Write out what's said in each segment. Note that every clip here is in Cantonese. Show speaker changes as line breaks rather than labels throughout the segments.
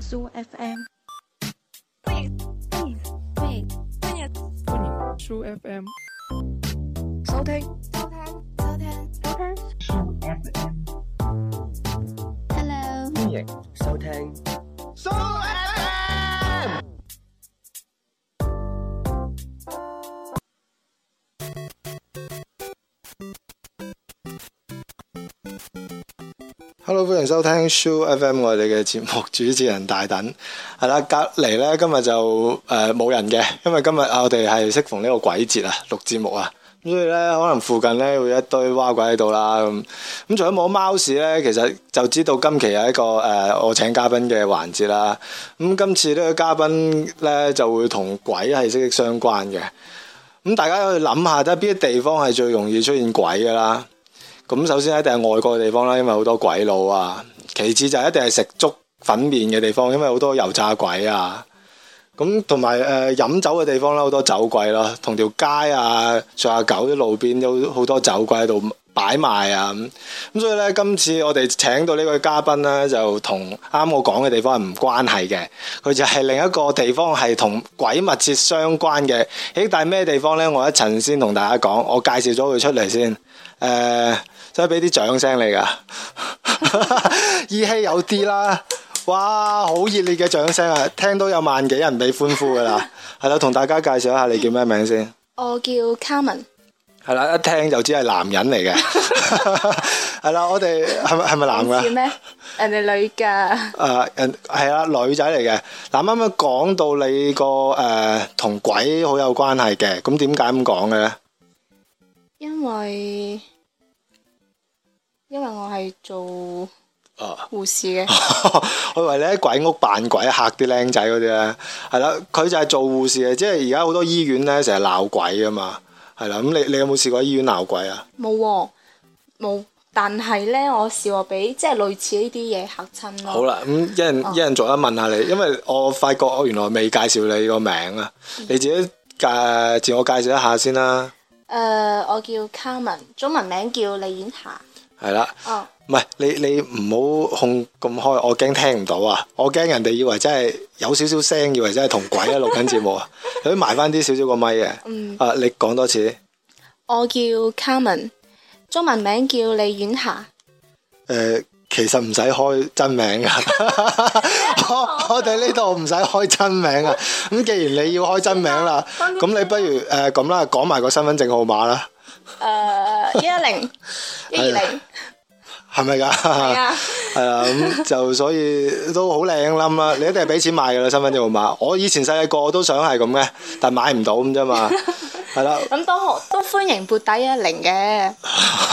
蘇 FM。
歡迎歡迎歡迎歡迎
歡迎 Soo FM 收聽
收聽收聽
Hello，
歡迎收聽。Hello，歡迎收聽 Show FM 我哋嘅節目主持人大等係啦，隔離咧今日就誒冇、人嘅，因為今日啊我哋係適逢呢個鬼節啊，錄節目啊，咁所以咧可能附近咧會有一堆蛙鬼喺度啦咁。咁除咗冇貓屎咧，其實就知道今期係一個誒、呃我請嘉賓嘅環節啦。咁今次呢個嘉賓咧就會同鬼係息息相關嘅。咁大家去諗下，睇下邊啲地方係最容易出現鬼噶啦。咁首先一定係外國嘅地方啦，因為好多鬼佬啊。其次就一定係食粥粉面嘅地方，因為好多油炸鬼啊。咁同埋誒飲酒嘅地方啦，好多酒鬼啦，同條街啊、上下九啲路邊有好多酒鬼喺度擺賣啊咁。咁所以咧，今次我哋請到呢位嘉賓咧，就同啱我講嘅地方係唔關係嘅，佢就係另一個地方係同鬼密切相關嘅。咦，但係咩地方咧？我一陣先同大家講，我介紹咗佢出嚟先。誒、呃，真係俾啲掌聲你噶， 依稀有啲啦。哇，好熱烈嘅掌聲啊！聽到有萬幾人俾歡呼噶啦。係啦，同大家介紹一下你叫咩名先。
我叫 Carmen，
係啦，一聽就知係男人嚟 嘅。係啦，我哋係咪係咪男
唔
噶
似？咩？人哋女㗎，
誒人係啦，女仔嚟嘅。嗱，啱啱講到你個誒同鬼好有關係嘅，咁點解咁講嘅咧？
因為因為我係做
啊！
護士嘅，
我以為你喺鬼屋扮鬼嚇啲僆仔嗰啲咧，係啦，佢就係做護士嘅，啊即係而家好多醫院咧成日鬧鬼噶嘛，係啦。咁你你有冇試過喺醫院鬧鬼啊？
冇喎冇，但係呢，我試過俾即係類似呢啲嘢嚇親咯。
好啦，咁一人一人逐一問下你，因為我發覺我原來未介紹你個名啊，你自己介自我介紹一下先啦，
誒、我叫 Carmen，中文名叫李婉霞。
係啦。
哦，
唔係你你唔好控咁開，我驚聽唔到啊！我驚人哋以為真係有少少聲，以為真係同鬼啊錄緊節目啊！你埋翻啲少少個咪嘅。
嗯
啊，你講多次。誒、
哦我叫 Carmen，中文名叫李婉霞。
呃其實唔使開真名 噶，
哦
我我哋呢度唔使開真名啊。咁既然你要開真名啦，
哦
咁你不如誒咁啦，講埋個身份證號碼啦，
誒，一一 零，一二零，
係咪㗎？
係啊，
係啊，咁就所以都好靚冧啦。你一定係俾錢買噶啦，身份證號碼。我以前細細個我都想係咁嘅，但買唔到咁啫 嘛。係啦，
咁都好都歡迎撥打一一零嘅。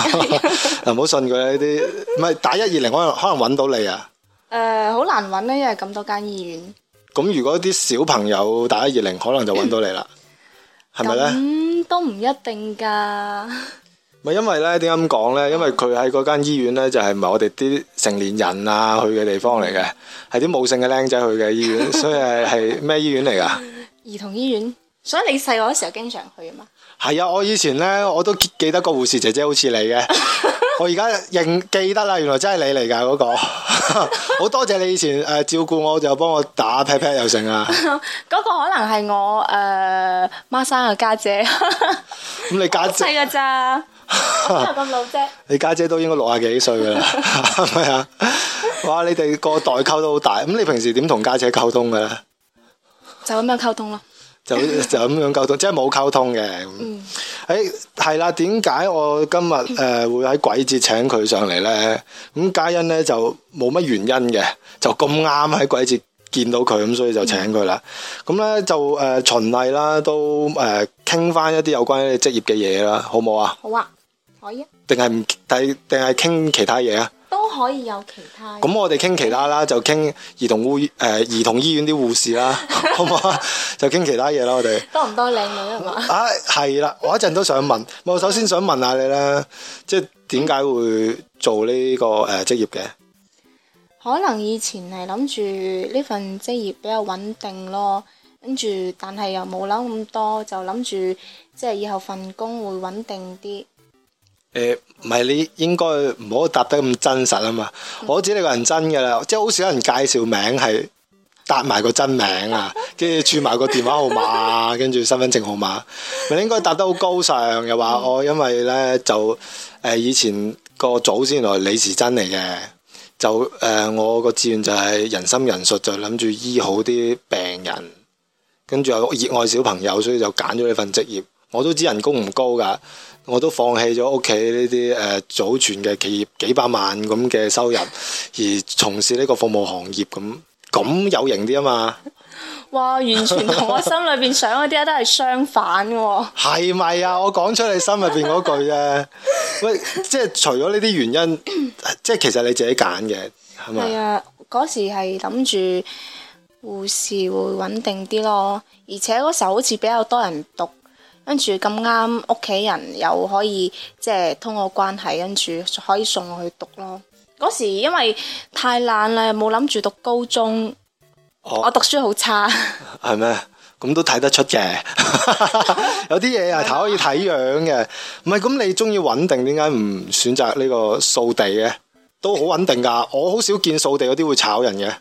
嗱唔好信佢啦啊呢啲，唔係打一二零可能可能揾到你啊。
誒，呃好難揾咧，因為咁多間醫院。
咁如果啲小朋友打一二零，可能就揾到你啦，係咪咧？
嗯咁都唔一定㗎。
咪因為咧點解咁講咧？因為佢喺嗰間醫院咧，就係唔係我哋啲成年人啊去嘅地方嚟嘅，係啲冇性嘅僆仔去嘅醫院，所以係係咩醫院嚟㗎？
兒童醫院，所以你細個嗰時候經常去啊嘛。
係啊，我以前咧我都記記得個護士姐姐好似你嘅，我而家認記得啦，原來真係你嚟㗎嗰個，好多謝你以前誒、呃照顧我，就幫我打 pat pat 又成啊。
嗰個可能係我誒孖生嘅家姐，
咁你家姐
細 㗎咋，邊有咁老啫？
你家姐都應該六啊幾歲㗎啦，係咪啊？哇！你哋個代溝都好大，咁你平時點同家姐溝通㗎咧？
就咁樣溝通咯。
就就咁樣溝通，即係冇溝通嘅。咁誒係啦，點解我今日誒、呃、會喺鬼節請佢上嚟咧？咁嘉欣咧就冇乜原因嘅，就咁啱喺鬼節見到佢，咁所以就請佢啦。咁咧、就誒、呃循例啦，都誒傾翻一啲有關你職業嘅嘢啦，好唔好啊？
好啊，可以啊，
定係唔定定係傾其他嘢啊？
都可以有其他。
咁我哋傾其他啦，就傾兒童護誒、呃、兒童醫院啲護士啦，好唔好啊？就傾其他嘢啦，我哋。
多唔多靚女啊嘛？
啊，係啦，我一陣都想問，我首先想問下你咧，即係點解會做呢、個誒、呃、職業嘅？
可能以前係諗住呢份職業比較穩定咯，跟住但係又冇諗咁多，就諗住即係以後份工會穩定啲。
誒呃唔係你應該唔好答得咁真實啊嘛！我知你個人真㗎啦，即係好少人介紹名係搭埋個真名啊，跟住註埋個電話號碼啊，跟住身份證號碼，咪應該搭得好高尚。又話我因為咧就誒、呃以前個祖先原來李時珍嚟嘅，就誒、呃我個志願就係仁心仁術，就諗住醫好啲病人。跟住又熱愛小朋友，所以就揀咗呢份職業。我都知人工唔高㗎，我都放棄咗屋企呢啲誒祖傳嘅企業幾百萬咁嘅收入，而從事呢個服務行業咁，咁有型啲啊嘛，
哇！完全同我心裏邊想嗰啲都係相反喎。
係咪啊？我講出你心入邊嗰句啫。喂，即係除咗呢啲原因， 即係其實你自己揀嘅係
係
咪？
啊，嗰時係諗住護士會穩定啲咯，而且嗰時候好似比較多人讀，跟住咁啱屋企人又可以即係通過關係，跟住可以送我去讀咯。嗰時因為太懶啦，冇諗住讀高中，我
我
讀書好差，
係咩？咁都睇得出 嘅，有啲嘢係睇可以睇樣嘅。唔係咁，你中意穩定，點解唔選擇呢個掃地嘅？都好穩定㗎，我好少見掃地嗰啲會炒人嘅。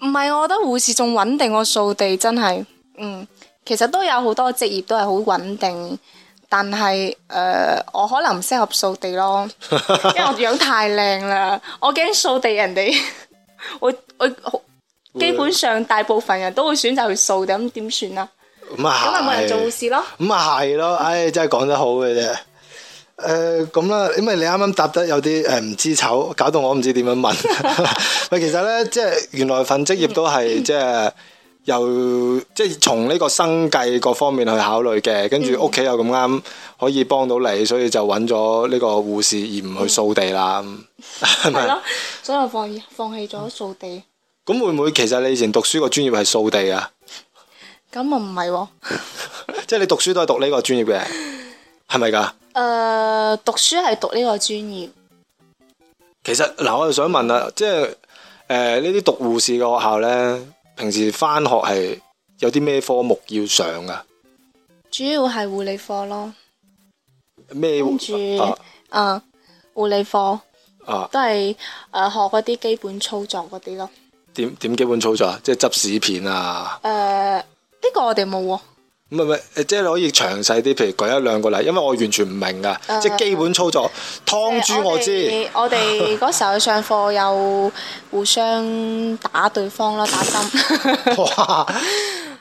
唔係我覺得護士仲穩定過掃地，真係，嗯，其實都有好多職業都係好穩定，但係誒、呃我可能唔適合掃 地咯。因為我樣太靚啦，我驚掃地人哋 會會好基本上大部分人都會選擇去掃地，咁點算啊？
咁啊
咁咪冇人做護
係，
士咯。
咁啊係咯，唉，真係講得好嘅啫。誒咁啦，因為你啱啱答得有啲誒唔知醜，搞到我唔知點樣問。 喂，其實咧，即係原來份職業都 係即係由即係從呢個生計各方面去考慮嘅，跟
嗯
住屋企又咁啱可以幫到你，所以就揾咗呢個護士而唔去掃地啦。係
係
咪？
咯，所以我放棄放棄咗掃地。
咁會唔會其實你以前讀書個專業係掃地啊？
咁啊唔係喎，
即係你讀書都係讀呢個專業嘅，係咪㗎？
誒呃讀書係讀呢個專業，
其實嗱，我就想問啦，即係誒呢啲讀護士嘅學校咧，平時翻學係有啲咩科目要上啊噶？
主要係護理課咯，
咩
跟住
啊
啊護理課
啊
都係誒、呃、學嗰啲基本操作嗰啲咯。
點點基本操作啊？即係執屎片啊？
誒、呃呢、個我哋冇喎。
唔係唔係，誒呃即係你可以詳細啲，譬如舉一兩個例，因為我完全唔明噶，
誒
即係基本操作。劏豬我知，
誒呃 我哋我哋嗰時候上課又互相打對方啦，打 針。
哇，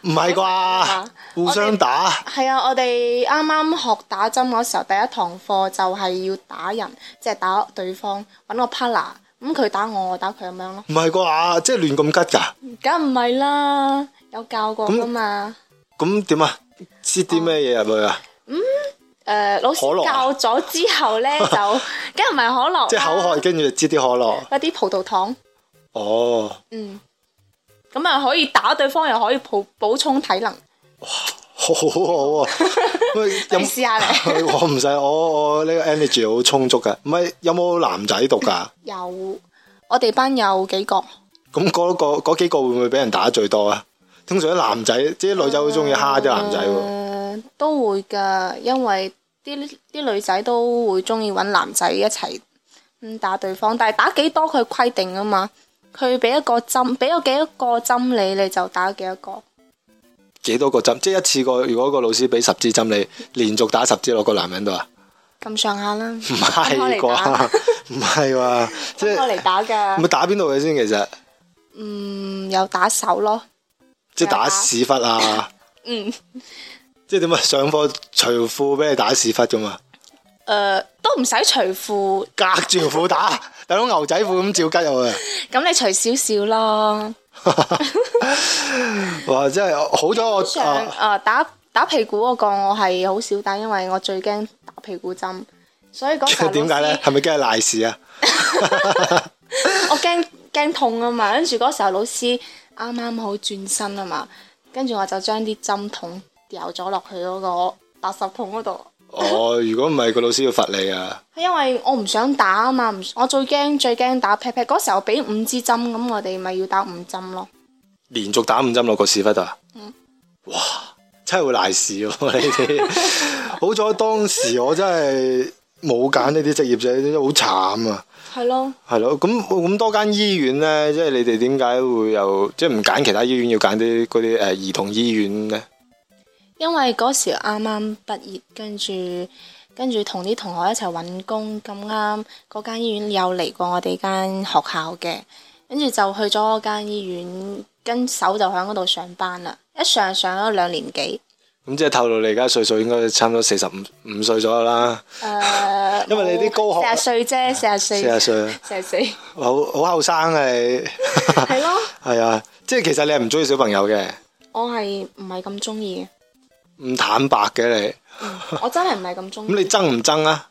唔係啩
啊？
互相打
係啊，我哋啱啱學打針嗰時候，第一堂課就係要打人，即、係、打對方，揾個 partner，咁佢打我，我打佢咁樣咯。
唔係啩？即係亂咁吉㗎？
梗唔係啦，有教過
咁
噶嘛。
咁點啊？切啲咩嘢入去啊？
誒、老
可樂
師
啊
呃教咗之 後呢，就梗唔係可樂啦，
即係口渴，跟住就擠啲可樂。
嗰啲葡萄糖，
哦。
嗯，咁啊可以打對方，又可以補補充體能。
好好好啊！ 喂，有
你試下 你
我唔使，我我呢個 energy 好充足噶。唔係有冇男仔讀 噶？
有，我哋班有幾個，
咁嗰個嗰幾個會唔會俾人打最多啊？通常啲男仔，即係啲女仔好中意蝦啲男仔喎。
誒呃都會㗎，因為啲啲女仔都會中意揾男仔一齊咁打對方，但係打幾多佢規定啊嘛，佢俾一個針，俾咗幾多個針你，你就打幾多個。
幾多個針？即係一次過，如果個老師俾十支針你，連續打十支落個男人度啊？
咁上下啦，
唔係
分開嚟打
啩？ 唔係啩？即
分開
係
嚟打
咪
㗎。
打邊度嘅先？其實
嗯，有打手咯，
即係打
打
屎忽啊！
嗯，誒、
即係點啊？上課除褲俾你打屎忽噶嘛？
呃都唔使除褲，
隔住條褲打，大佬牛仔褲咁照吉入去啊！
咁你除少少咯。
哇！真係好咗我
上
啊，
啊打打屁股嗰個我係好少打，因為我最驚打屁股針，所 以嗰時候
點解
老
咧
師？
係咪驚係賴屎啊？
我驚驚痛啊嘛，跟住嗰時候老師啱啱好轉身啊嘛，跟住我就將啲針筒掉咗落去嗰個垃圾桶嗰度，
哦，如果唔係個老師要罰你啊！
係因為我唔想打啊嘛，唔我最驚最驚打 pat pat，嗰時候俾五支針，咁我哋咪要打五針咯。
連續打五針落個屎忽度啊！
嗯
哇！真係會賴屎喎！呢啲好彩當時我真係冇揀呢啲職業啫，真係好慘啊！
係咯，
係咯，咁咁多間醫院咧，即係你哋點解會有即係唔揀其他醫院，要揀啲嗰啲誒兒童醫院咧？
因為嗰時啱啱畢業，跟住跟住同啲同學一齊揾工，咁啱嗰間醫院有嚟過我哋間學校嘅，跟住就去咗嗰間醫院，跟手就喺嗰度上班啦。一上上咗兩年幾，
咁即係透露你而家歲數應該差唔多四十五五歲左右啦，
誒、
因為你啲高學
呃四十歲啫，四
四
十歲，
十歲，
四十歲，
好好後生啊你，
係咯，
係啊，即係其實你係唔中意小朋友嘅，
我係唔係咁中意
唔坦白嘅你，
嘅，我真係唔係咁中意
咁。你憎唔憎啊？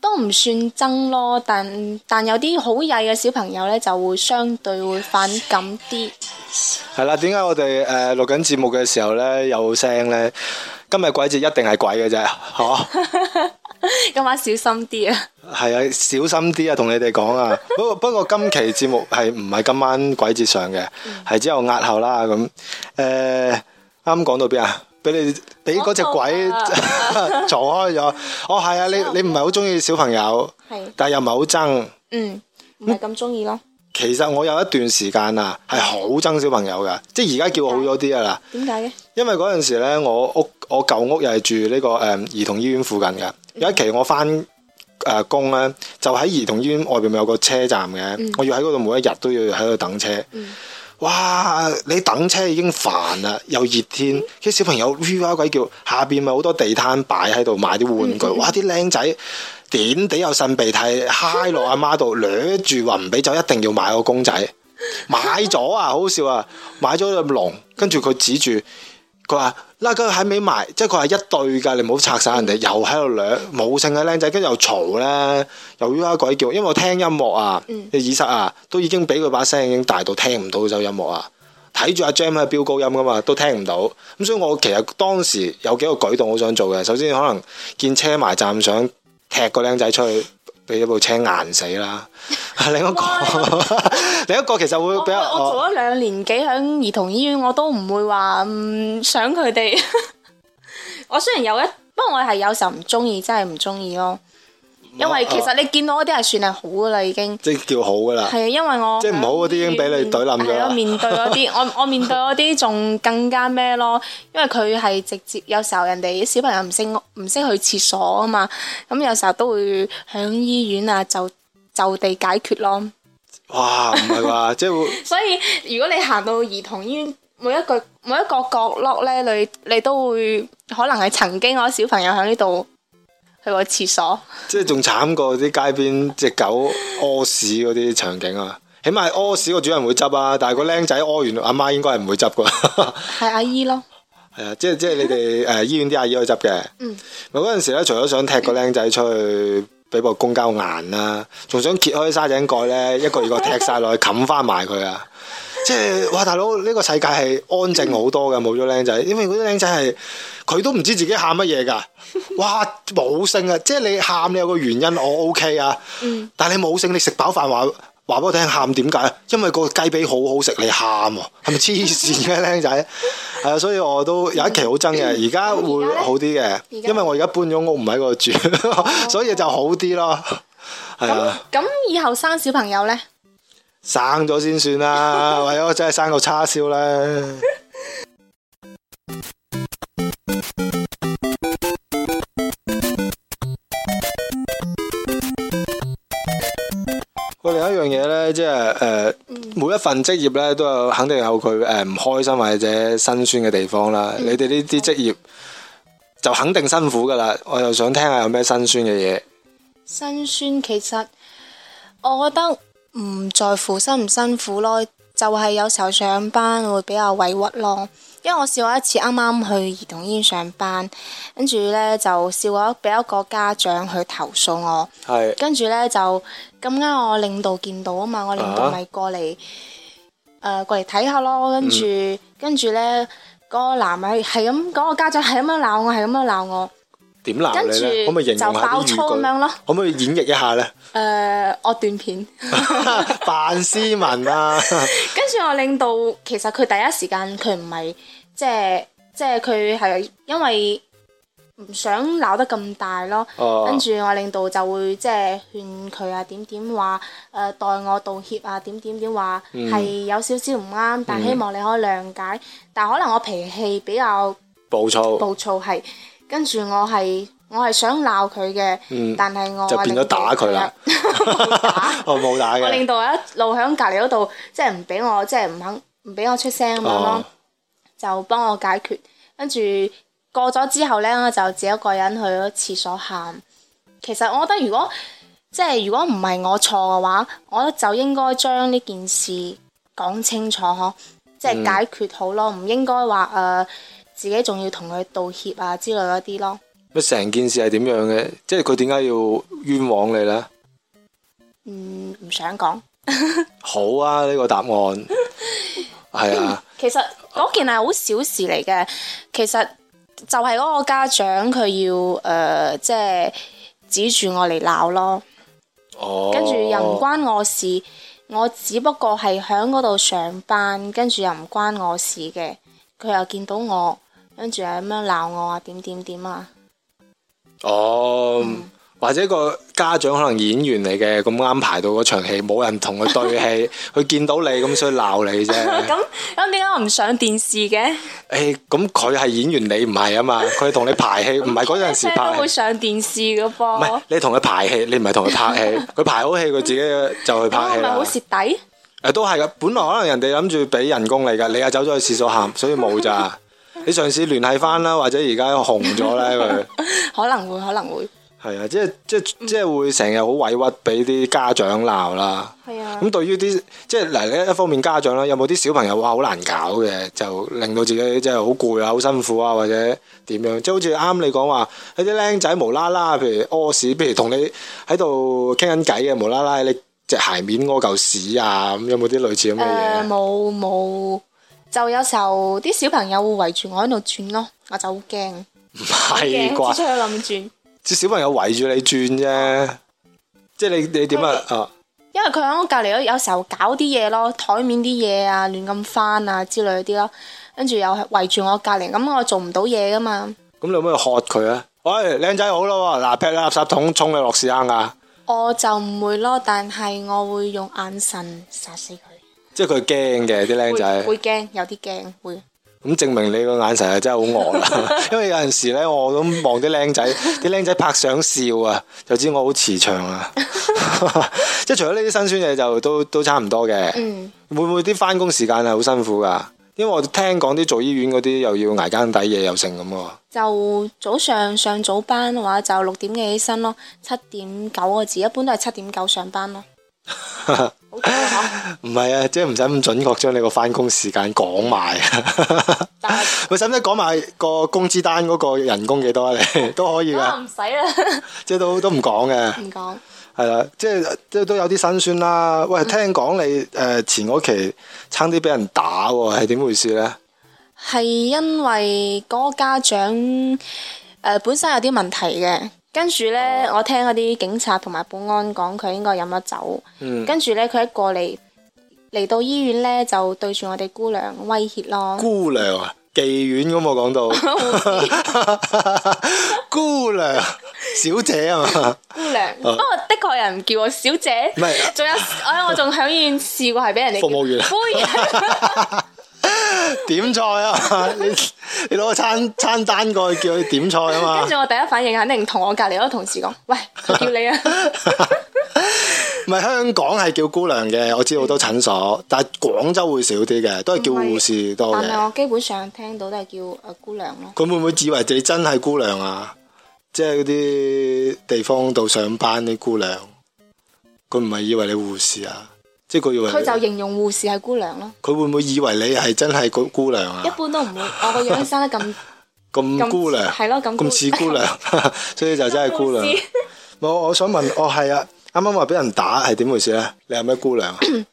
都唔算憎咯，但但有啲好曳嘅小朋友呢，就會相對會反感啲。
係啦，點解我哋誒錄緊節目嘅時候咧有聲咧？今日鬼節一定係鬼嘅啫，嚇！
今晚小心啲啊！
係啊，小心啲啊，同你哋講啊。不過不過，今期節目係唔係今晚鬼節上嘅？係之後押後啦咁。誒、啱講到邊啊？俾你俾嗰只鬼 撞開咗。哦，係啊，你你唔係好中意小朋友，
係，
但係又唔係好憎。
嗯，唔係咁中意咯。
其實我有一段時間啊，係好憎小朋友㗎，即係而家叫我好咗啲啊啦。
點解嘅？
因為嗰陣時咧，我屋我舊屋又係住呢、個誒、兒童醫院附近嘅。有一期我翻誒工咧，就喺兒童醫院外邊咪有個車站嘅，我要喺嗰度每一日都要喺度等車。哇！你等車已經煩啦，又熱天，啲小朋友嗚哇鬼叫，下邊咪好多地攤擺喺度賣啲玩具，哇！啲僆仔點地有擤鼻涕，揩落阿媽度，掠住話唔俾走，一定要買個公仔。買咗啊，好笑啊！買咗隻龍，跟住佢指住佢話：嗱，佢喺尾埋，即係佢係一對㗎，你唔好拆散人哋。又喺度掠，冇性嘅僆仔，跟住又嘈咧，又咿呀鬼叫。因為我聽音樂啊，
嗯
啲耳塞啊，都已經俾佢把聲已經大到聽唔到首音樂啊。睇住阿 Jam 喺度飆高音㗎嘛，都聽唔到。咁所以我其實當時有幾個舉動好想做嘅。首先可能見車埋站想踢個僆仔出去，俾一部車硬死 啦。另一個 另一個其實會
我
比較
我做咗兩年幾喺兒童醫院，我都唔會話嗯想佢哋。 我雖然有一，不過我係有時候唔中意，真係唔中意咯。因為其實你見到嗰啲係算係好噶啦，已經。
即係叫好㗎啦。
係啊，因為我
即係唔好嗰啲已經俾你懟冧咗啦
係咯，面對嗰啲，我我面對嗰啲仲更加咩咯？因為佢係直接有時候人哋小朋友唔識唔識去廁所啊嘛，咁有時候都會響醫院啊就就地解決咯。
哇，唔係話即係會
所以如果你行到兒童醫院每一個每一個角落咧，你你都會可能係曾經我小朋友喺呢度去過廁所。
即係仲慘過啲街邊只狗屙屎嗰啲場景啊！起碼屙屎個主人會執啊，但係個僆仔屙完阿媽應該係唔會執噶。 係
係阿姨咯，
啊，即係即係你哋誒醫院啲阿姨去執嘅。
嗯。
咪嗰陣時咧，除咗想踢個僆仔出去俾部公交硬啦，仲想揭開沙井蓋咧，一個二個踢晒落去冚翻埋佢啊！即係哇，大佬呢、個世界係安靜好多嘅，冇咗僆仔，因為嗰啲僆仔係佢都唔知自己喊乜嘢 㗎。哇，冇性啊！即係你喊你有個原因，我 OK 啊。但係你冇性，你食飽飯話話俾我聽喊點解啊？因為個雞髀好好食，你喊喎，係咪黐線嘅僆仔？係啊，所以我都有一期好憎嗯嘅，而家會好啲嘅，因為我而家哦搬咗屋唔喺嗰度住， 所以就好啲咯。係
咁
啊，
咁以後生小朋友咧？
生咗先算 啦，或者我真係生個叉燒啦。我另一樣嘢咧，即係誒、呃每一份職業咧都有肯定有佢呃誒唔開心或者辛酸嘅地方啦。
嗯
你哋呢啲職業就肯定辛苦噶啦，我又想聽下有咩辛酸嘅嘢。
辛酸其實我覺得唔在乎辛唔辛苦咯，就係、有時候上班會比較委屈咯。因為我試過一次啱啱去兒童醫院上班，跟住呢就試過俾一個家長去投訴我，
係
跟住呢就咁啱我領導見到啊嘛，我領導
啊
咪過嚟誒、呃、過嚟睇下咯，跟住、
嗯
跟住呢嗰、個男咪係咁，嗰、個家長係咁樣鬧我，係咁樣鬧我，
點鬧
跟
你
住
咧？可唔可以形
就
容下
爆
啲
粗
語
咁樣
句？
咯。
可唔可以演繹一下咧？
誒、呃我 斷片，
扮斯文 啊！
跟住我領導其實佢第一時間佢唔係即係即係佢係因為唔想鬧得咁大咯。
哦
跟住我領導就會即係勸佢啊，點點話誒代我道歉啊，點點點話
嗯
係有少少唔啱，但希望你可以諒解。但可能我脾氣比較
暴躁，
暴躁，係跟住我係我係想鬧佢嘅，
嗯
但係我啊
就變咗打佢啦。 我冇打
我領
嘅，
導一路喺隔離嗰度，即係唔俾我，即係唔肯唔俾我出聲咁樣咯
哦，
就幫我解決。跟住過咗之後呢，我就自己一個人去咗廁所喊。其實我覺得如果即係如果唔係我錯嘅話，我就應該將呢件事講清楚呵，即係解決好咯，唔、應該話誒、呃自己仲要同佢道歉啊之類嗰啲咯。
乜成件事係點樣嘅？即係佢點解要冤枉你呢？
嗯，唔想講。
好啊，呢個 答案係啊，
其實嗰件係好小事嚟嘅，其實就係嗰個家長佢要誒、呃即係指住我嚟鬧咯，
哦，
嗯跟住又唔關我事，我只不過係喺嗰度上班，跟住又唔關我事嘅，佢又見到我，跟住又咁樣鬧我啊，點點點啊，
哦，
嗯
或者個家長可能演員嚟嘅，咁啱排到嗰場戲，冇人同佢 對戲，佢見到你咁所以鬧你啫。
咁咁點解我唔上電視嘅？
誒，咁佢係演員，你唔係啊嘛？佢同你排戲，唔係嗰陣時
都
排
會
戲，
上電視嘅
唔係
噃，
你同佢排戲，你唔係同佢拍 戲。佢排好戲，佢自己就去
咁
拍
我
戲
哦咪
啦
好。蝕底？
誒，都係噶，本來可能人哋諗住俾人工你噶，你又走咗去廁所喊，所以冇 咋。你上次聯繫翻啦，或者而家紅咗咧佢。
可能會，可能會，
係啊，即係即係即係會成日好委屈俾啲家長鬧啦。
係啊
咁對於啲即係嗱，一一方面家長啦，有冇啲小朋友哇好難搞嘅，就令到自己即係好攰啊、好辛苦啊，或者點樣？即係好似啱你講話，有啲僆仔無啦啦，譬如屙屎，譬如同你喺度傾緊偈嘅，無啦啦你隻鞋面屙嚿屎啊，咁有冇啲類似咁嘅
誒
嘢？
呃啊冇冇，就有時候啲小朋友會圍住我喺度轉咯，我就好驚，
唔係
驚
啩？
出去咁轉，
啲小朋友圍住你轉啫，即係你你點啊？啊，
因為佢喺我隔離有時候搞啲嘢咯，台面啲嘢啊，亂咁翻啊之類嗰啲咯，跟住又係圍住我隔離，咁我做唔到嘢噶嘛。
咁你有冇去喝佢啊？喂，靚仔好咯喎，嗱，劈垃圾桶沖你落屎坑啊！
我就唔會咯，但係我會用眼神殺死佢，
即係佢驚嘅啲僆
會
仔，
會驚，有啲驚會。
咁證明你個眼神係真係好惡啦。 因為有陣時咧，我都望啲僆仔，啲僆仔拍相笑啊，就知我好慈祥 啊。即係除咗呢啲辛酸嘢，就都都差唔多嘅。
嗯，
會唔會啲翻工時間係好辛苦㗎？因為我聽講啲做醫院嗰啲又要捱更抵夜又成咁喎。
就早上上早班嘅話，就六點幾起身咯，七點九個字，一般都係七點九上班咯。好早啊嚇！
唔係啊，即係唔使咁準確將你個翻工時間講埋。
但係
喂，使唔使講埋個工資單嗰個人工幾多啊？你都可以㗎，
啊唔使啦，
即係都都唔講嘅。
唔講。
係啦，即係都都有啲辛酸啦。喂，
嗯
聽講你誒、呃前嗰期差啲俾人打喎，係點回事咧？
哦係因為嗰個家長誒、呃本身有啲問題嘅，跟住呢，我聽嗰啲警察同埋保安講佢應該飲咗酒，
嗯，
跟住呢，佢一過嚟嚟到醫院呢，就對住我哋姑娘威脅咯。
姑娘啊，妓院咁我講 到，姑娘小姐啊嘛，
姑娘，不過的確有人叫我小姐
唔，係
仲有我我仲喺醫院試過係俾人哋
服 務員啊
夫人
點菜啊嘛，你你攞個餐餐單過去叫佢點菜啊嘛
跟。住我第一反應肯定同我隔離嗰個同事講：，喂，佢 叫你啊！
唔係香港係叫姑娘嘅，我知
嗯
好多診所，但係廣州會少啲嘅，都係叫護士多
但
嘅
係。我基本上聽到都係叫誒姑娘咯。
佢會唔會以為你真係姑娘啊？即係嗰啲地方度上班啲姑娘，佢唔係以為你護士啊，即係佢以為你
佢就形容護士係姑娘咯，
佢會唔會以為你係真係個姑娘
一
啊？
般都唔會。我個樣生 得咁
咁
咁
姑娘
係咯，咁
咁 似姑娘， 所以就真係姑娘。我我想問，哦係啊，啱啱話俾人打係點回事咧？你係咩姑娘啊？
嗯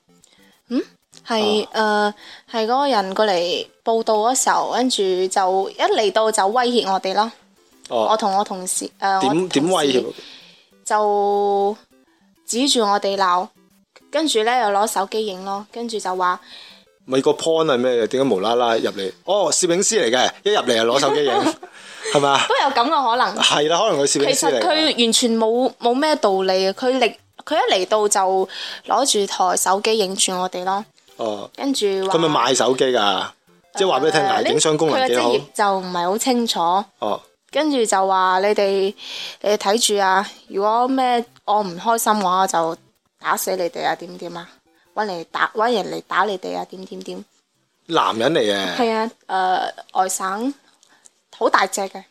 係誒係嗰個人過嚟報道嗰時候，跟住就一嚟到就威脅我哋咯。我
哦，
同我同事誒，
點點威
脅
脅？
就指住我哋鬧，跟住咧又攞手機影咯，跟住就話
咪個 point 係咩？點解無啦啦入嚟？哦，攝影師嚟嘅，一入嚟就攞手機影，係咪啊？
都有咁嘅 可能。
係啦，可能佢攝影
其
師
實
嚟㗎。
佢完全冇冇咩道理嘅，佢嚟佢一嚟到就攞住台手機影住我哋咯，
哦，
跟住話
佢咪賣手機㗎，即係話俾你聽
呃
嗱，影相功能幾好
佢嘅職。業就唔係好清楚。
哦，
跟住就話你哋誒睇住啊！如果咩我唔開心嘅話，我就打死你哋啊！點點啊！揾嚟打揾人嚟打你哋啊！點點點
男人嚟嘅。
係啊！誒、外省好大隻嘅，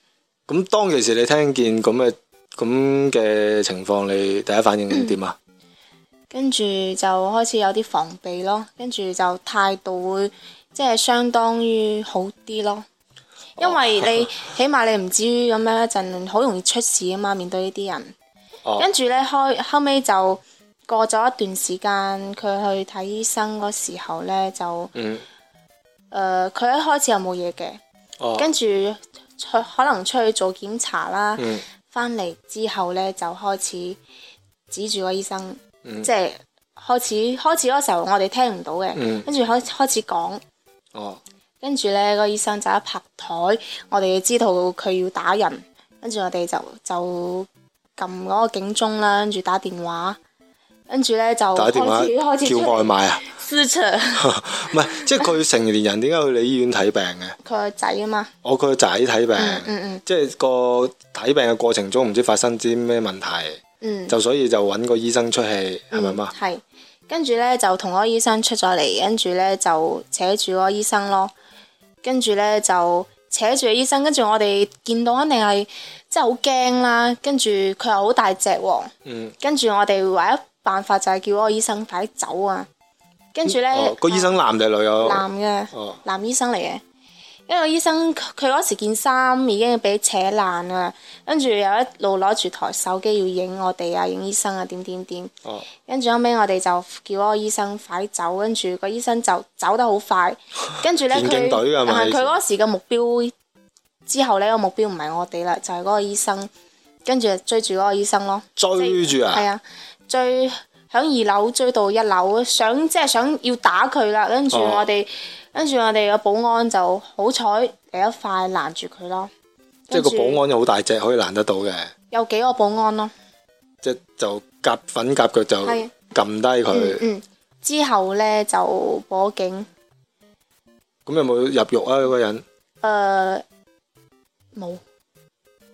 咁當其時你聽見咁嘅咁嘅情況，你第一反應點啊？
跟住就開始有啲防備咯，跟住就態度會即係相當於好啲咯。因為你起碼你唔至於咁樣一陣好容易出事啊嘛，面對呢啲人。
哦，
跟住咧，開後尾就過咗一段時間，佢去睇醫生嗰時候咧，就誒佢、
嗯，
一開始又冇嘢嘅，
哦，
跟住出可能出去做檢查啦，
嗯，
翻嚟、之後咧就開始指住個醫生，
嗯
即係開始開始嗰時候我哋聽唔到嘅，
嗯
跟住開開始講，
哦，
跟住咧個醫生就一拍台，我哋就知道佢要打人，跟住我哋就就撳嗰個警鐘啦，跟住打電話，跟住咧就
打電話
開始開始
叫外
出
賣啊？
撕扯
唔係，即係佢成年人點解去你醫院睇病嘅？
佢個仔啊嘛，
我佢個仔睇
嗯
病，
嗯
即係個睇病嘅過程中唔知發生啲咩問題，
嗯嗯，
就所以就揾個醫生出氣，係咪嘛？
係，跟住咧就同嗰個醫生出咗嚟，跟住咧就扯住個醫生咯，跟住咧就扯住個醫生，跟住我哋見到肯定係真係好驚啦，跟住佢又好大隻喎。
嗯，
跟住我哋唯一辦法就係叫嗰個醫生快啲走啊！跟住呢，
哦，個醫生男定女
啊
啊？
男嘅
哦，
男醫生嚟嘅，因為個醫生佢嗰時件衫已經俾扯爛啦，跟住又一路攞住台手機要影我哋啊，影醫生啊，點點點。
哦，
跟住後尾我哋就叫嗰個醫生快啲走，跟住個醫生就走得好 快，跟住呢，
田徑
佢
隊㗎嘛
啊
以
佢
前
嗰時嘅目標之後呢個目標唔係我哋啦，就係、嗰個醫生，跟住就追住嗰個醫生咯。
追住
係
啊！
啊，追響二樓追到一樓，想即係想要打佢啦。跟住
哦
我哋，跟住我哋嘅保安就好彩嚟一塊攔住佢咯。
即係個
跟住
保安又好大隻，可以攔得到嘅，
有幾個保安咯，
即係就夾粉夾腳就撳
係啊
低
嗯
佢。
嗯。之後呢，就報警，
咁有冇入獄啊？嗰個人？
誒、呃冇，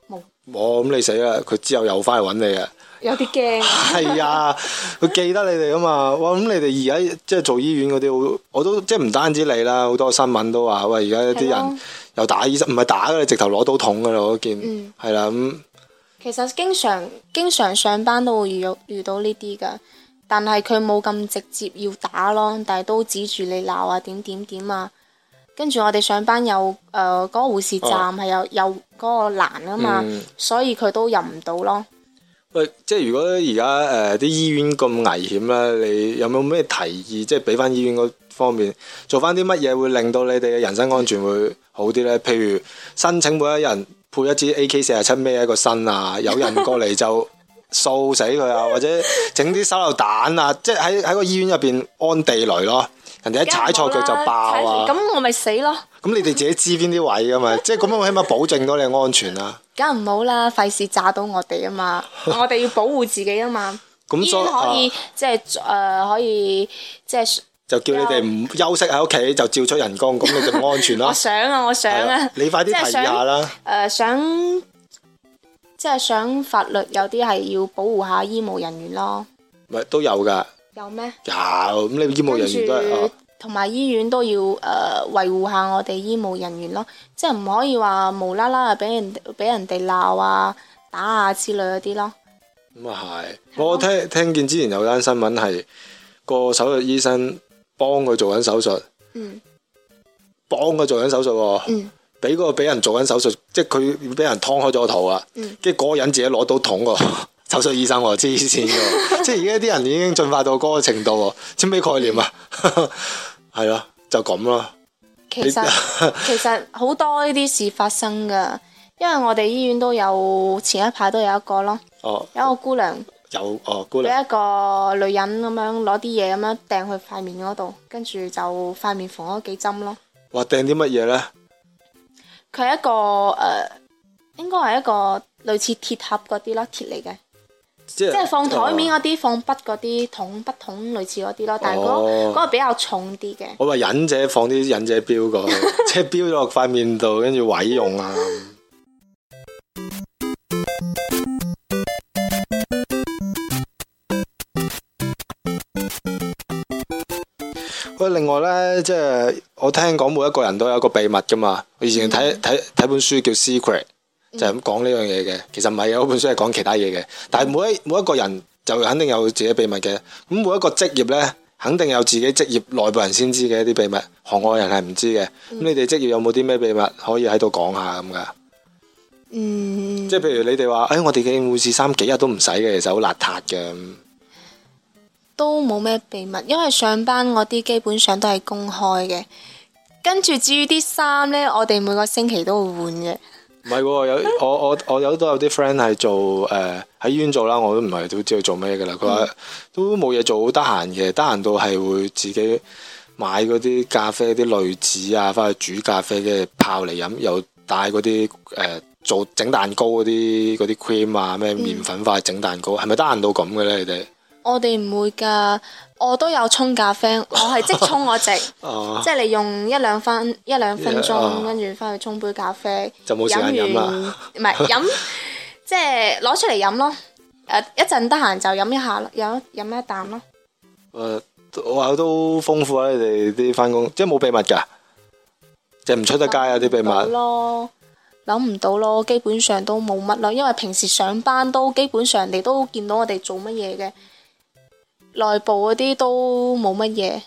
我哦咁你死啦！佢之後又翻嚟揾你 啊！
有啲驚。
係啊，佢記得你哋啊嘛。哇！咁你哋而家即係做醫院嗰啲，好我都即係唔單止你啦，好多新聞都話喂，而家啲
係咯
人又打醫生，唔係打㗎，直頭攞刀捅㗎啦，我都見。
嗯
係啦，咁
其實經常經常上班都會遇到遇到呢啲噶，但係佢冇咁直接要打咯，但係都指住你鬧啊點點點啊。跟住我哋上班有呃誒嗰、個護士站係有有嗰個欄啊嘛，
哦嗯
所以佢都入唔到咯。
喂，即係如果而家呃誒啲醫院咁危險啦，你有冇咩提議？即係俾翻醫院嗰方面做翻啲乜嘢會令到你哋嘅人身安全會好啲呢？譬如申請每一人配一支 AK 四十七孭喺個身 啊，有人過嚟就掃死佢啊，或者整啲手榴彈啊，即係喺喺個醫院入邊安地雷咯。人哋一踩錯腳就爆
梗係冇啦
啊！
踩咁我咪死咯，
咁你哋自己知邊啲位噶嘛？即係咁樣起碼保證到你嘅安全啊啦。
梗係唔好啦，費事炸到我哋 啊嘛，我哋要保護自己啊嘛。
咁
醫
所
院可以、
啊
即係誒、呃可以即係
就叫你哋唔休息喺屋企，就照出人工，咁你就安全啦
我。想啊，我想
係
啊
啊。你快啲
即係
提議
想
下啦。
誒、想即係想法律有啲係要保護下醫務人員咯，
咪都有㗎，
有咩？
有咁你醫務人員都係
跟
哦
住同埋醫院都要誒、維護下我哋醫務人員咯，即係唔可以話無啦啦俾人俾人哋鬧啊、打啊之類嗰啲咯。
咁啊係。我聽聽見之前有單新聞係個手術醫生幫佢做緊手術，
嗯
幫佢做緊手術喎，
嗯，
俾個俾人做緊手術，即係佢俾人劏開咗個肚啊
嗯，
跟住嗰個人自己攞刀捅個 手術醫生喎，黐線嘅 喎，即係而家啲人已經進化到嗰個程度喎，知咩概念啊？ 係咯，就咁咯。
其實 其實好多呢啲事發生噶，因為我哋醫院都有前一排都有一個咯，
哦，
有一個姑娘。
有哦，姑
俾
娘。
一個女人咁樣攞啲嘢咁樣掟去塊面嗰度，跟住就塊面縫咗幾針咯。
哇！掟啲乜嘢咧？
佢係一個誒、呃應該係一個類似鐵盒嗰啲咯，鐵嚟嘅，
即
即係放台面
啊！
嗰啲、放筆嗰啲桶、筆筒類似嗰啲咯，但係嗰、
哦
嗰個比較重啲嘅。
我話忍者放啲忍者標 過去，即係標咗落塊面度，跟住毀用啊！喂，另外咧，即係我聽講每一個人都有一個秘密噶嘛。我以前睇睇睇本書叫《Secret》，就係咁講呢樣嘢嘅。其實唔係嘅，嗰本書係講其他嘢嘅。但係每一每一個人就肯定有自己秘密嘅。咁每一個職業咧，肯定有自己職業內部人先知嘅一啲秘密，行外人係唔知嘅。咁你哋職業有冇啲咩秘密可以喺度講下咁噶？
嗯，
即係譬如你哋話，誒、哎我哋嘅護士衫幾日都唔洗嘅，其實好邋遢嘅。咁
都冇咩秘密，因為上班嗰啲基本上都係公開嘅。跟住至於啲衫呢，我哋每個星期都會換嘅。
唔係喎，有我我我有都有啲 friend 係做誒喺、醫院做啦，我都唔係都知佢做咩噶啦。佢話都冇嘢做，好得閒嘅，得閒到係會自己買嗰啲咖啡啲濾紙啊，翻去煮咖啡嘅泡嚟飲，又帶嗰啲誒做整蛋糕嗰啲嗰啲 cream 啊，咩麵粉化整蛋糕，係咪得閒到咁嘅咧？你哋
我哋唔會㗎，我都有沖咖啡，我 係即沖嗰只，
哦，
即係你用一兩分一兩分
Yeah，啊
鐘，跟住翻去沖杯咖啡，
就冇時間飲
完
啦。
唔係飲， 即係攞出嚟飲咯。誒一陣得閒就飲一下咯，飲一飲一啖咯。
誒，哦我話都豐富啊！你哋啲翻工即係冇秘密㗎，就唔出得街啊啲秘
諗唔到
密。
咯，諗唔到咯，基本上都冇乜咯，因為平時上班都基本上人哋都見到我哋做乜嘢嘅，內部嗰啲都冇乜嘢，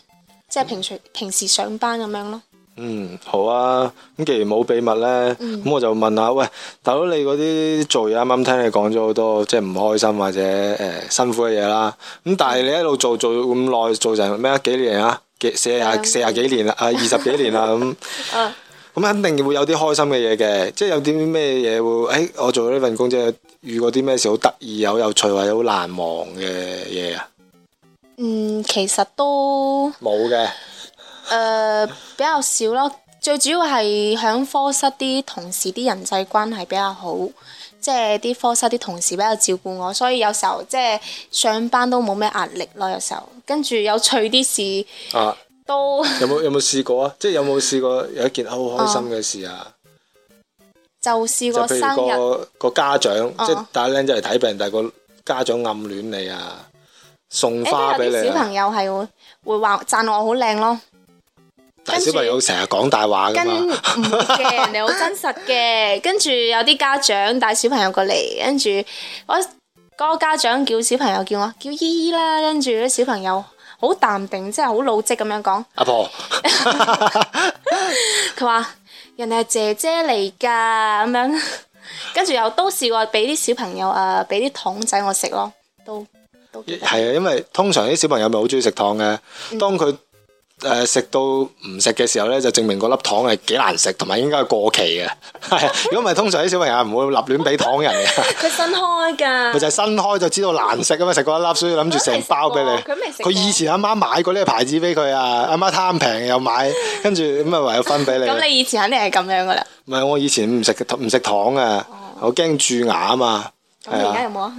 即係平時平時上班咁樣咯。
嗯，好啊。咁既然冇秘密呢，咁、我就問下，喂，大佬你嗰啲做嘢啱啱聽你講咗好多，即係唔開心或者誒、呃辛苦嘅嘢啦。咁但係你一路做做咁耐，做成咩啊？幾年啊？幾四廿
兩
四廿幾年啦？啊，二十幾年啦咁。
啊
咁肯定會有啲開心嘅嘢嘅，即係有啲咩嘢會，誒、我做咗呢份工，即係遇過啲咩事好得意、好有趣或者好難忘嘅嘢啊？
嗯，其實都
冇嘅，
誒、呃比較少咯，最主要係響科室啲同事啲人際關係比較好，即係啲科室啲同事比較照顧我，所以有時候即係上班都冇咩壓力咯。有時候跟住有趣啲事
啊，
都。
有冇有冇試過啊？即係有冇試過有一件好開心嘅事啊？
就試
就
過
譬
生
如
日，
個個家長，
啊
即係帶僆仔嚟睇病，但係個家長暗戀你啊，送花
誒都
俾
有啲
你
小
啊，
朋友係會會話讚我好靚咯，
但係小朋友成日講大話噶
跟唔
嘛，
嘅人哋好真實嘅， 跟住有啲家長帶小朋友過嚟，跟住我嗰個家長叫小朋友叫我叫姨姨啦，跟住啲小朋友好淡定，即係好老積咁樣講，
阿婆，
佢話人哋係姐姐嚟㗎咁樣， 跟住又都試過俾啲小朋友誒俾啲糖仔我食咯，都都幾得
係啊，因為通常啲小朋友咪好中意食糖嘅，
嗯
當佢誒食到唔食嘅時候咧，就證明嗰粒糖係幾難食，同埋應該係過期嘅。係啊，如果唔係，通常啲小朋友係唔會立亂俾糖人嘅，
佢新開㗎
咪。就係新開就知道難食啊嘛，食過一粒，所以諗住成包俾你。
佢未食
佢
過
以前阿媽買過呢個牌子俾佢啊，阿媽貪平又 買，跟住咁啊唯有分俾你。
咁你以前肯定係咁樣噶啦，
唔係我以前唔食唔食糖啊，
哦
我驚蛀牙啊嘛。
咁
係
你而家
啊，
有冇啊？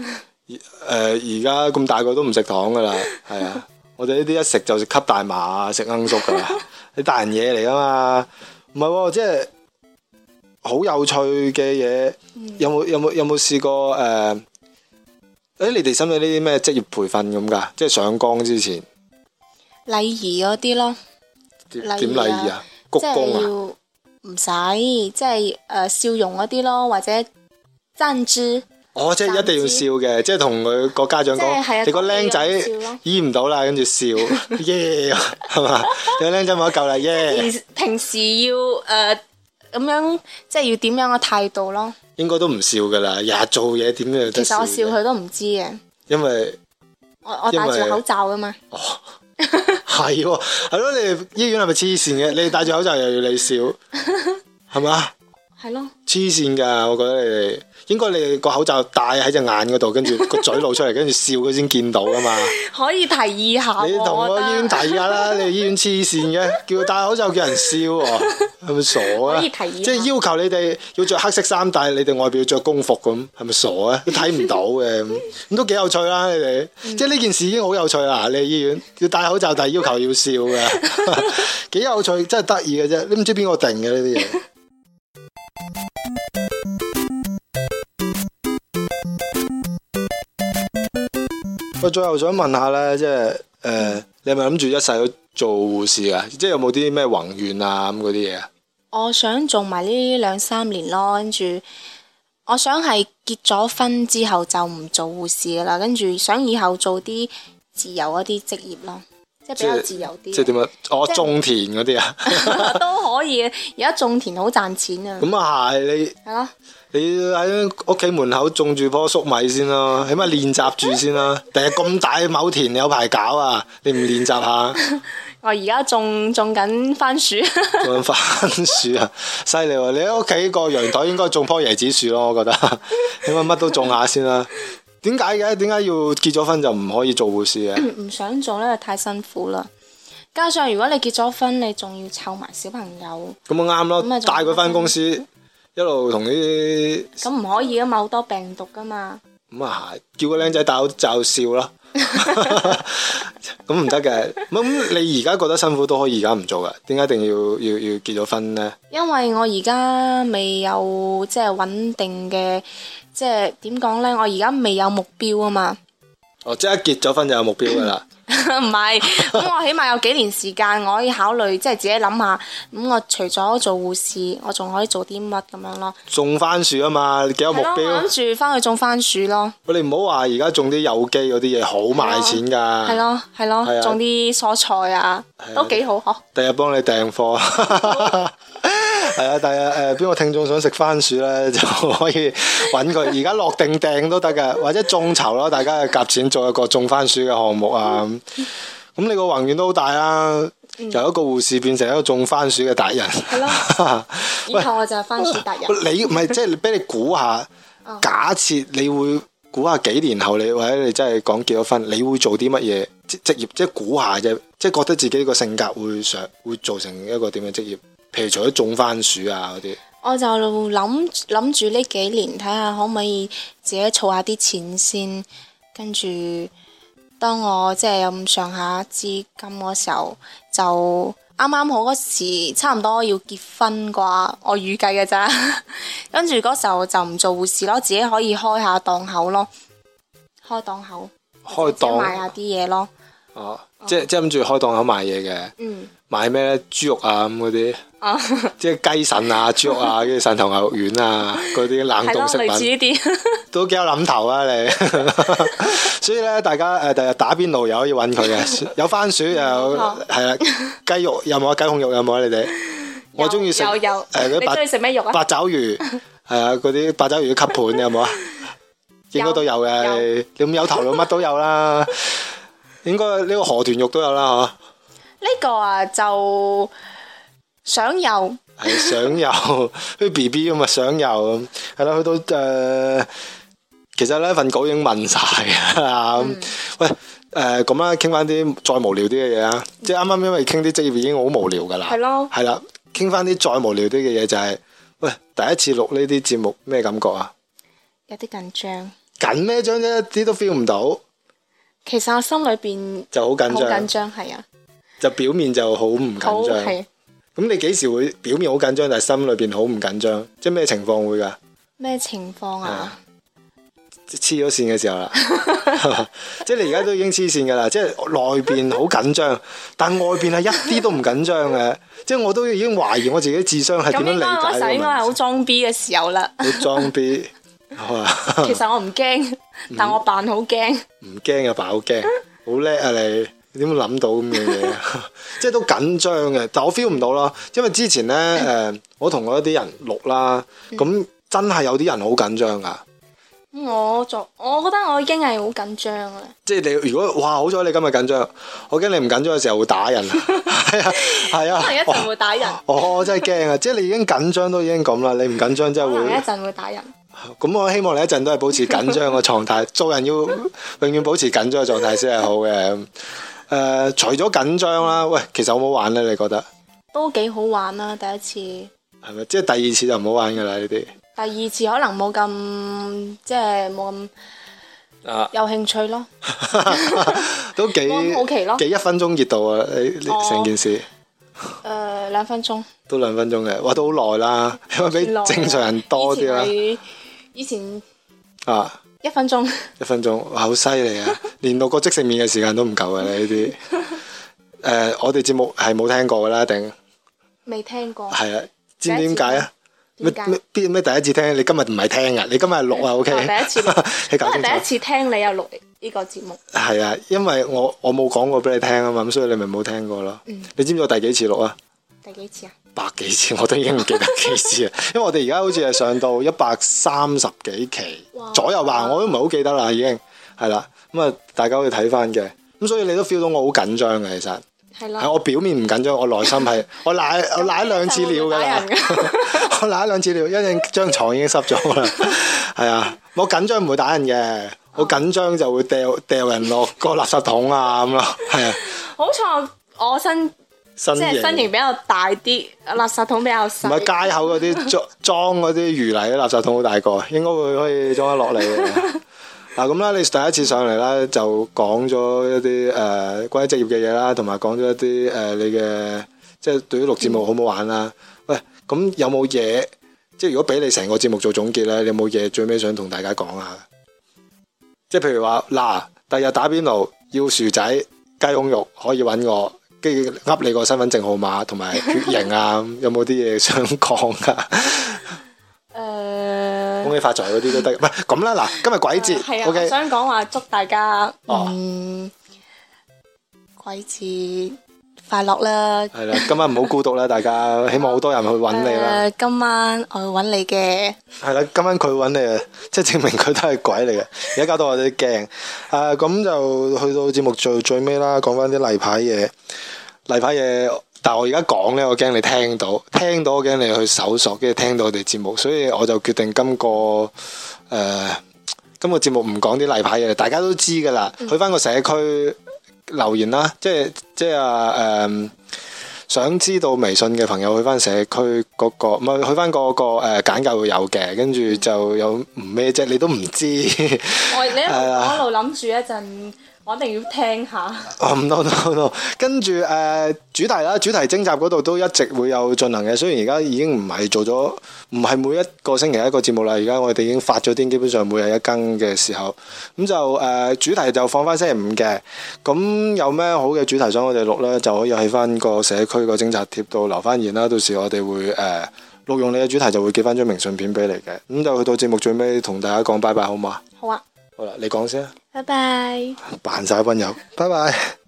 誒呃而家咁大個都唔食糖噶啦，係啊，我哋呢啲一食就食吸大麻啊，食罌粟噶 啦，你大人嘢嚟噶嘛，唔係喎，即係好有趣嘅嘢，
嗯
有冇有冇有冇試過誒？誒、呃你哋使唔使呢啲咩職業培訓咁㗎？即係上崗之前
禮儀嗰啲咯，
點
禮儀啊
點禮儀啊？鞠
即係
躬
要
啊？
唔使，即係誒、呃笑容嗰啲咯，或者讚知，
哦，即係一定要笑嘅，即係同佢個家長
即係係
講，
啊
你個僆
講嘢要笑
仔
咯
醫唔到啦，跟住 笑耶，係嘛？你個僆仔冇得救啦耶，
平平時要呃誒咁、樣，即係要點樣嘅態度咯。
應該都唔笑噶啦，日日做嘢點樣有
其
得
實我笑
嘅，
佢都唔知嘅，
因為
我我
因
戴
為
住口罩噶嘛，
係喎，係咯，你哋醫院係咪黐線嘅？你哋戴住口罩又要你笑，係嘛？
係咯，
黐線㗎！我覺得你哋應該你哋個口罩戴喺隻眼嗰度，跟住個嘴露出嚟，跟住笑佢先見到㗎嘛。
可以提議下喎。
你同
啊我
個
覺
醫
得
院提㗎 啦，你哋醫院黐線嘅，叫佢戴口罩叫人笑喎，係咪傻啊？
可以提
即
議
係要求你哋要着黑色衫，但係你哋外表要着工服咁，係咪傻啊？都睇唔到 嘅咁，咁都幾有趣啦！你哋
嗯
即係呢件事已經好有趣啦！你哋醫院要戴口罩，但係要求要笑嘅，幾有趣，真係得意嘅啫！你唔知邊個定嘅呢啲嘢。我最後想問下咧，即係誒、呃你係咪諗住一世都做護士噶？即係有冇啲咩宏願啊咁嗰啲嘢啊？
我想做埋呢兩三年咯，跟住我想係結咗婚之後就唔做護士噶啦，跟住想以後做啲自由一啲職業咯，即係比較自由
即
啲
係
嘅，
點啊？哦，
即係
種田嗰啲啊？
都可以。而家種田好賺錢啊，
咁啊係，
係咯，
你你喺屋企門口種住棵粟米先啦，起碼練習住先啦。第日咁大畝田有排搞啊！你唔練習下
我哦而家種種緊番薯，
種緊番薯啊，犀利喎！你喺屋企個陽台應該種棵椰子樹咯，我覺得起碼乜都種下先啦。點解嘅？點解要結咗婚就唔可以做護士嘅？
唔想做咧太辛苦啦。加上如果你結咗婚，你仲要湊埋小朋友，
咁啊啱咯，
咁啊仲
帶佢翻公司，一路同啲
咁唔可以噶啊嘛，好多病毒噶嘛。
咁啊，叫個僆仔戴口罩笑咯。 咁唔得嘅，咁你而家覺得辛苦都可以而家唔做噶，點解一定要要要結咗婚呢？
因為我而家未有即係穩定嘅，即係點講呢？我而家未有目標啊嘛，
哦，即係一結咗婚就有目標噶啦。
唔係咁我起碼有幾年時間，我可以考慮即係自己諗下，咁、我除咗做護士，我仲可以做啲乜咁樣咯？
種番薯啊嘛，你幾有目
係咯，我
標？
諗住翻去種番薯咯，
我哋唔好話而家種啲有機嗰啲嘢好賣錢㗎。
係咯係咯
係啊，
種啲蔬菜啊
係啊，
都幾好嗬。
第日幫你訂貨。係啊，第日誒邊個聽眾想食番薯咧，就可以揾佢。而家落定訂都得㗎，或者眾籌咯，大家夾錢做一個種番薯嘅項目啊。咁咁你個宏願都好大啦，由一個護士變成一個種番薯嘅達人。係
咯以後我就係番薯達人。哦
你唔係即係俾你估下，假設你會估下幾年後你或者你真係講結咗婚，你會做啲乜嘢職職業？即係估下啫，即係覺得自己個性格會想會做成一個點嘅職業？譬如除咗種番薯啊嗰啲，
我就諗諗住呢幾年睇下可唔可以自己儲下啲錢先，跟住當我即係有咁上下資金嗰時候，就啱啱好嗰時差唔多要結婚啩，我預計嘅咋。 跟住嗰時候就唔做護士咯，自己可以開下檔口咯，開檔口，
開
即係賣
檔
下啲嘢咯。
哦，即係即係諗住開檔口賣嘢嘅，
嗯，
賣咩咧？豬肉啊咁嗰啲，
啊，
即係雞腎啊、豬肉 啊、跟住腎頭牛肉丸啊嗰啲冷
係咯，
凍食
類似
品。
呢啲。
都幾有諗頭啊 你，所以咧大家呃誒第日打邊爐又可以揾佢嘅，有番 薯又有
錯
係啦，雞 肉有冇啊？雞胸肉有冇啊？你哋 我中意食
有
誒
有，
嗰
你中意
啲
食咩肉
八
啊？
八爪魚，係啊嗰啲八爪魚嘅吸 盤有冇啊？應該都有
有
嘅，你咁有頭腦乜都有啦，應該呢個河豚肉都有啦
呢個啊就想有，
嗬，係想有， 好似 B B 咁啊想有咁，係啦去到誒。其實呢份稿已經問晒啊！
嗯
咁喂，誒咁啊啦，傾翻啲再無聊啲嘅嘢啊！即係啱啱因為傾啲職業已經好無聊噶啦，
嗯係咯
係啦，傾翻啲再無聊啲嘅嘢就係、喂，第一次錄呢啲節目咩感覺啊？
有啲緊張。
緊咩張啫，一啲都 feel 唔到，
其實我心裏邊
就好緊
好緊
張，
張，係啊，
就表面就好唔緊
好
張。
係
咁你幾時會表面好緊張，但係心裏邊好唔緊張？即係咩情況會㗎？
咩情況啊？
黐咗線嘅時候啦， 即係你而家都已經黐線㗎啦，即係內邊好緊張， 但外邊係一啲都唔緊張嘅，即係我都已經懷疑我自己智商係點
咁
樣
應該嗰
理
時候
解
應該
嘅
係啊好裝逼嘅時 候啦。
你裝逼，好啊
其實我唔驚，
嗯
但我扮好驚。
唔驚啊，爆驚，好叻啊你！你點會諗到咁嘅嘢 啊？即係都緊張嘅，但我 feel 唔到啦，因為之前咧誒、我同我一啲人錄啦，咁真係有啲人好緊張㗎。
我做，我覺得我已經係好緊張啊啦。
即係你如果哇好彩你今日緊張，我驚你唔緊張嘅時候會打 人。係啊係啊，
可能一陣會打人，
我我我真係驚啊！即係你已經緊張都已經咁啦，你唔緊張真係
可能一
會。
陣會打人。
咁我希望你一陣都係保持緊張嘅狀態，做 人要永遠保持緊張嘅狀態先係好嘅。誒、除咗緊張啦，喂，其實好唔好玩咧？你覺得
都幾好玩啦！第一次，第
係咪？即係第二次就唔好玩㗎啦呢啲。
二次可能冇咁即係冇咁
啊，
有興趣咯。
都幾
我好奇咯
幾一分鐘熱度啊！你你
哦
成件事。
誒、兩分鐘，
都兩分鐘嘅，哇都好耐 啦，因為比正常人多啲啊啦
啊以前，係。以前
啊
一分鐘，
一分鐘，哇好犀利啊！連六個即食麵嘅時間都唔夠嘅你呢 啲。誒、我哋節目係冇聽過㗎啦，一定
未聽過。
係啊？知唔知點解啊？咩
點解
咩邊咩第一次聽？你今日唔係聽㗎，你今日係錄啊，OK？
哦第一次錄
你
都
搞清
係第一
楚。
次聽你有錄呢個節目，
係啊，因為我我冇講過俾你聽啊嘛，咁所以你咪冇聽過咯。
嗯
你知唔知我第幾次錄啊？
第幾次啊？
百幾次我都已經唔記得幾 次啊，因為我哋而家好似係上到一百三十幾期
哇
左右吧，我都唔係好記得啦，已經係啦。咁啊，大家可以睇翻嘅。咁所以你都 feel 到我好緊張嘅，其實
係
係
啦。
我表面唔緊張，我內心 係我奶我奶兩次尿㗎啦
有啲人會打人，
我奶兩次尿，一陣張床已經濕咗啦，係啊，我緊張唔會打人嘅，
啊
我緊張就會掉掉人落個垃圾桶啊咁咯，係啊，
好彩我身
身
即係身形比較大啲，垃圾桶比較
唔
細。
係街口嗰啲裝裝嗰啲魚泥垃圾桶好大個，應該會可以裝得落嚟嘅。嗱咁啦，你第一次上嚟啦，就講咗一啲誒、呃、關於職業嘅嘢啦，同埋講咗一啲誒、呃你嘅即係對於錄節目好唔好玩啦。喂，咁有冇嘢？即係如果俾你成個節目做總結咧，你有冇嘢最尾想同大家講啊下？即係譬如話嗱，第日打邊爐要薯仔雞胸肉可以揾我，跟住噏你個身份證號碼同 埋血型啊，有冇啲嘢想講噶？
誒
恭喜發財嗰啲都得，唔係咁啦嗱，今日鬼
係
節
啊，我
，OK，
想講話祝大家
哦
嗯鬼節快樂啦！
係啦，今晚唔好孤獨啦，大家希望好多人去揾你啦，
誒今晚我會揾你嘅，
係啦，今晚佢揾你啊，即係證明佢都係鬼嚟嘅，而家搞到我哋驚，啊咁就去到節目最最尾啦，講翻啲例牌嘢，例牌嘢。但我而家講呢，我驚你聽到，聽到我驚你去搜索，跟住聽到我哋節目，所以我就決定今個誒、呃今個節目唔講啲例牌嘢，大家都知㗎啦。去翻個社區留言啦，即係即係啊誒，想知道微信嘅朋友去翻社區嗰、個，唔係去翻嗰、個誒、呃、簡介會有嘅，跟住就有唔咩啫，你都唔知。
我你一路
係啊
我一路諗住一陣，我一定要聽下。
哦，唔到到到，跟住誒、呃主題啦，主題徵集嗰度都一直會有進行嘅。雖然而家已經唔係做咗，唔係每一個星期一個節目啦。而家我哋已經發咗啲，基本上每日一更嘅時候，咁就誒、呃主題就放翻星期五嘅。咁有咩好嘅主題想我哋錄呢？就可以喺翻個社區個徵集貼度留翻言啦。到時我哋會誒。呃錄用你嘅主題就會寄翻張明信片俾你嘅，咁就去到節目最尾同大家講拜拜好嘛？
好啊，
好啦，你講先啊，
拜拜。
扮晒温柔，拜拜。